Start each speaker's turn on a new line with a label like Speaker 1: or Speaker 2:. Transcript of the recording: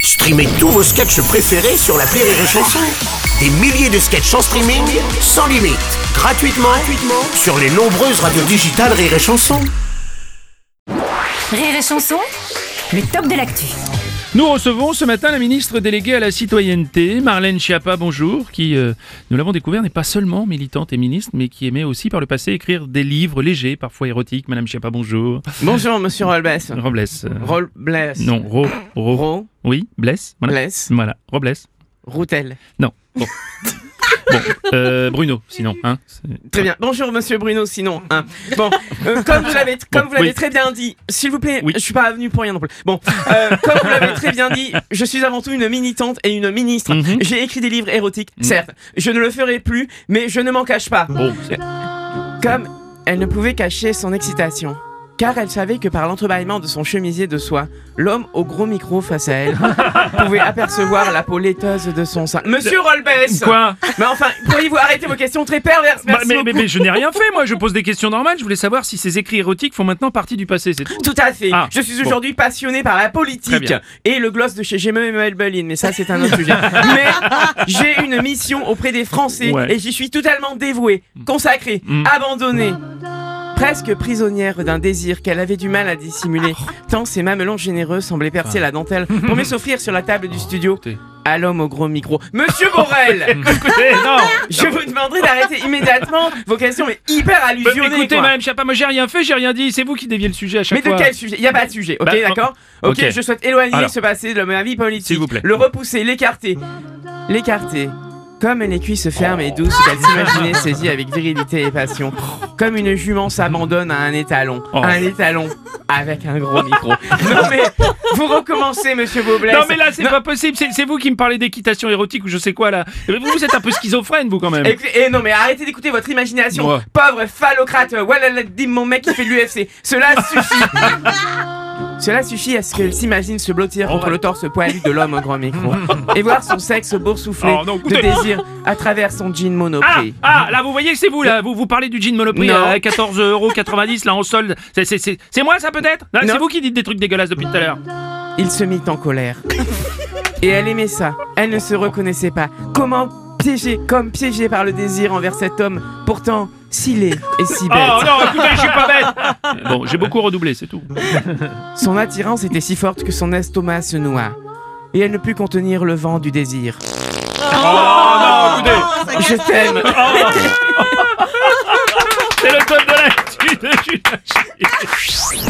Speaker 1: Streamez tous vos sketchs préférés sur la Rire et Chanson. Des milliers de sketchs en streaming, sans limite, gratuitement, gratuitement sur les nombreuses radios digitales Rire et Chanson.
Speaker 2: Rire et chanson, le top de l'actu.
Speaker 3: Nous recevons ce matin la ministre déléguée à la citoyenneté, Marlène Schiappa, bonjour, qui, euh, nous l'avons découvert, n'est pas seulement militante et ministre, mais qui aimait aussi par le passé écrire des livres légers, parfois érotiques. Madame Schiappa, bonjour.
Speaker 4: Bonjour, monsieur Rolbès.
Speaker 3: Robles. euh,
Speaker 4: Rolbès.
Speaker 3: non, Ro. Ro.
Speaker 4: Ro.
Speaker 3: Oui, Blesse. Voilà.
Speaker 4: Blesse.
Speaker 3: Voilà, Robles.
Speaker 4: Routel.
Speaker 3: Non. Bon. Bon, euh, Bruno, sinon, hein. c'est-
Speaker 4: Très bien. Bonjour, monsieur Bruno, sinon. hein. Bon, euh, comme vous l'avez, comme
Speaker 3: Bon,
Speaker 4: vous l'avez
Speaker 3: oui.
Speaker 4: très bien dit, s'il vous plaît,
Speaker 3: Oui.
Speaker 4: je suis pas venu pour rien non plus. Bon, euh, comme vous l'avez très bien dit, je suis avant tout une militante et une ministre.
Speaker 3: Mhm.
Speaker 4: J'ai écrit des livres érotiques, certes. Je ne le ferai plus, mais je ne m'en cache pas.
Speaker 3: Bon, c'est-
Speaker 4: Comme elle ne pouvait cacher son excitation. Car elle savait que par l'entrebâillement de son chemisier de soie, l'homme au gros micro face à elle pouvait apercevoir la peau laiteuse de son sein. Monsieur Rolbès
Speaker 3: Quoi
Speaker 4: Mais enfin, pourriez-vous arrêter vos questions très perverses
Speaker 3: Bah,
Speaker 4: Merci
Speaker 3: mais, mais-
Speaker 4: beaucoup.
Speaker 3: mais je n'ai rien fait, moi, je pose des questions normales, je voulais savoir si ces écrits érotiques font maintenant partie du passé, c'est tout.
Speaker 4: Tout à fait.
Speaker 3: Ah,
Speaker 4: je suis
Speaker 3: bon.
Speaker 4: aujourd'hui passionné par la
Speaker 3: Très
Speaker 4: politique
Speaker 3: bien.
Speaker 4: et le gloss de chez Gmail Berlin, mais ça c'est un autre sujet. Mais j'ai une mission auprès des Français
Speaker 3: Ouais.
Speaker 4: et j'y suis totalement dévoué, consacré,
Speaker 3: Mm.
Speaker 4: abandonné. Presque prisonnière d'un désir qu'elle avait du mal à dissimuler,
Speaker 3: Ah.
Speaker 4: tant ses mamelons généreux semblaient percer la dentelle pour me s'offrir sur la table du studio
Speaker 3: Oh, écoutez.
Speaker 4: à l'homme au gros micro. Monsieur Borel,
Speaker 3: Écoutez, non
Speaker 4: je vous demanderai d'arrêter immédiatement vos questions, mais hyper
Speaker 3: Bah,
Speaker 4: allusionnées.
Speaker 3: écoutez,
Speaker 4: quoi.
Speaker 3: madame Chapa, moi j'ai rien fait, j'ai rien dit, c'est vous qui déviez le sujet à chaque
Speaker 4: Mais de
Speaker 3: fois.
Speaker 4: quel sujet Il n'y a pas de sujet, ok,
Speaker 3: Bah,
Speaker 4: d'accord
Speaker 3: oh,
Speaker 4: ok,
Speaker 3: ok.
Speaker 4: je souhaite éloigner
Speaker 3: Alors.
Speaker 4: ce passé de ma vie politique.
Speaker 3: S'il vous plaît.
Speaker 4: Le repousser, l'écarter. L'écarter. Comme les cuisses fermes et douces qu'elle s'imaginait saisie avec virilité et passion. Comme une jument s'abandonne à un étalon.
Speaker 3: Oh.
Speaker 4: Un étalon avec un gros micro. non mais, vous recommencez, monsieur Beaublesse.
Speaker 3: Non mais là c'est pas possible, c'est c'est vous qui me parlez d'équitation érotique ou je sais quoi là. Vous, vous êtes un peu schizophrène vous quand même.
Speaker 4: Écoutez, eh non mais arrêtez d'écouter votre imagination.
Speaker 3: Ouais.
Speaker 4: Pauvre phallocrate, euh, voilà la dîme, mon mec qui fait de l'UFC. Cela suffit. Cela suffit à ce qu'elle s'imagine se blottir contre
Speaker 3: ouais.
Speaker 4: le torse poilu de l'homme au grand micro et voir son sexe boursouflé
Speaker 3: Oh, non,
Speaker 4: de
Speaker 3: écoutez.
Speaker 4: désir à travers son jean
Speaker 3: Ah,
Speaker 4: monoprix.
Speaker 3: ah, là vous voyez que c'est vous là, vous vous parlez du jean Monoprix
Speaker 4: Non.
Speaker 3: à 14,90€ là en solde. C'est- C'est c'est- c'est moi ça peut-être Non,
Speaker 4: Non.
Speaker 3: C'est vous qui dites des trucs dégueulasses depuis tout à l'heure.
Speaker 4: Il se mit en colère. Et elle aimait ça. Elle ne se reconnaissait pas. Comment piégée, comme piégée par le désir envers cet homme, pourtant si laid et si bête.
Speaker 3: Oh non, écoutez, je suis pas bête. Bon, j'ai beaucoup redoublé, c'est tout.
Speaker 4: Son attirance était si forte que son estomac se noua. Et elle ne put contenir le vent du désir.
Speaker 3: Oh non,
Speaker 4: Ah.
Speaker 3: écoutez,
Speaker 4: Je t'aime
Speaker 3: c'est le top de l'actu de Julien Chier.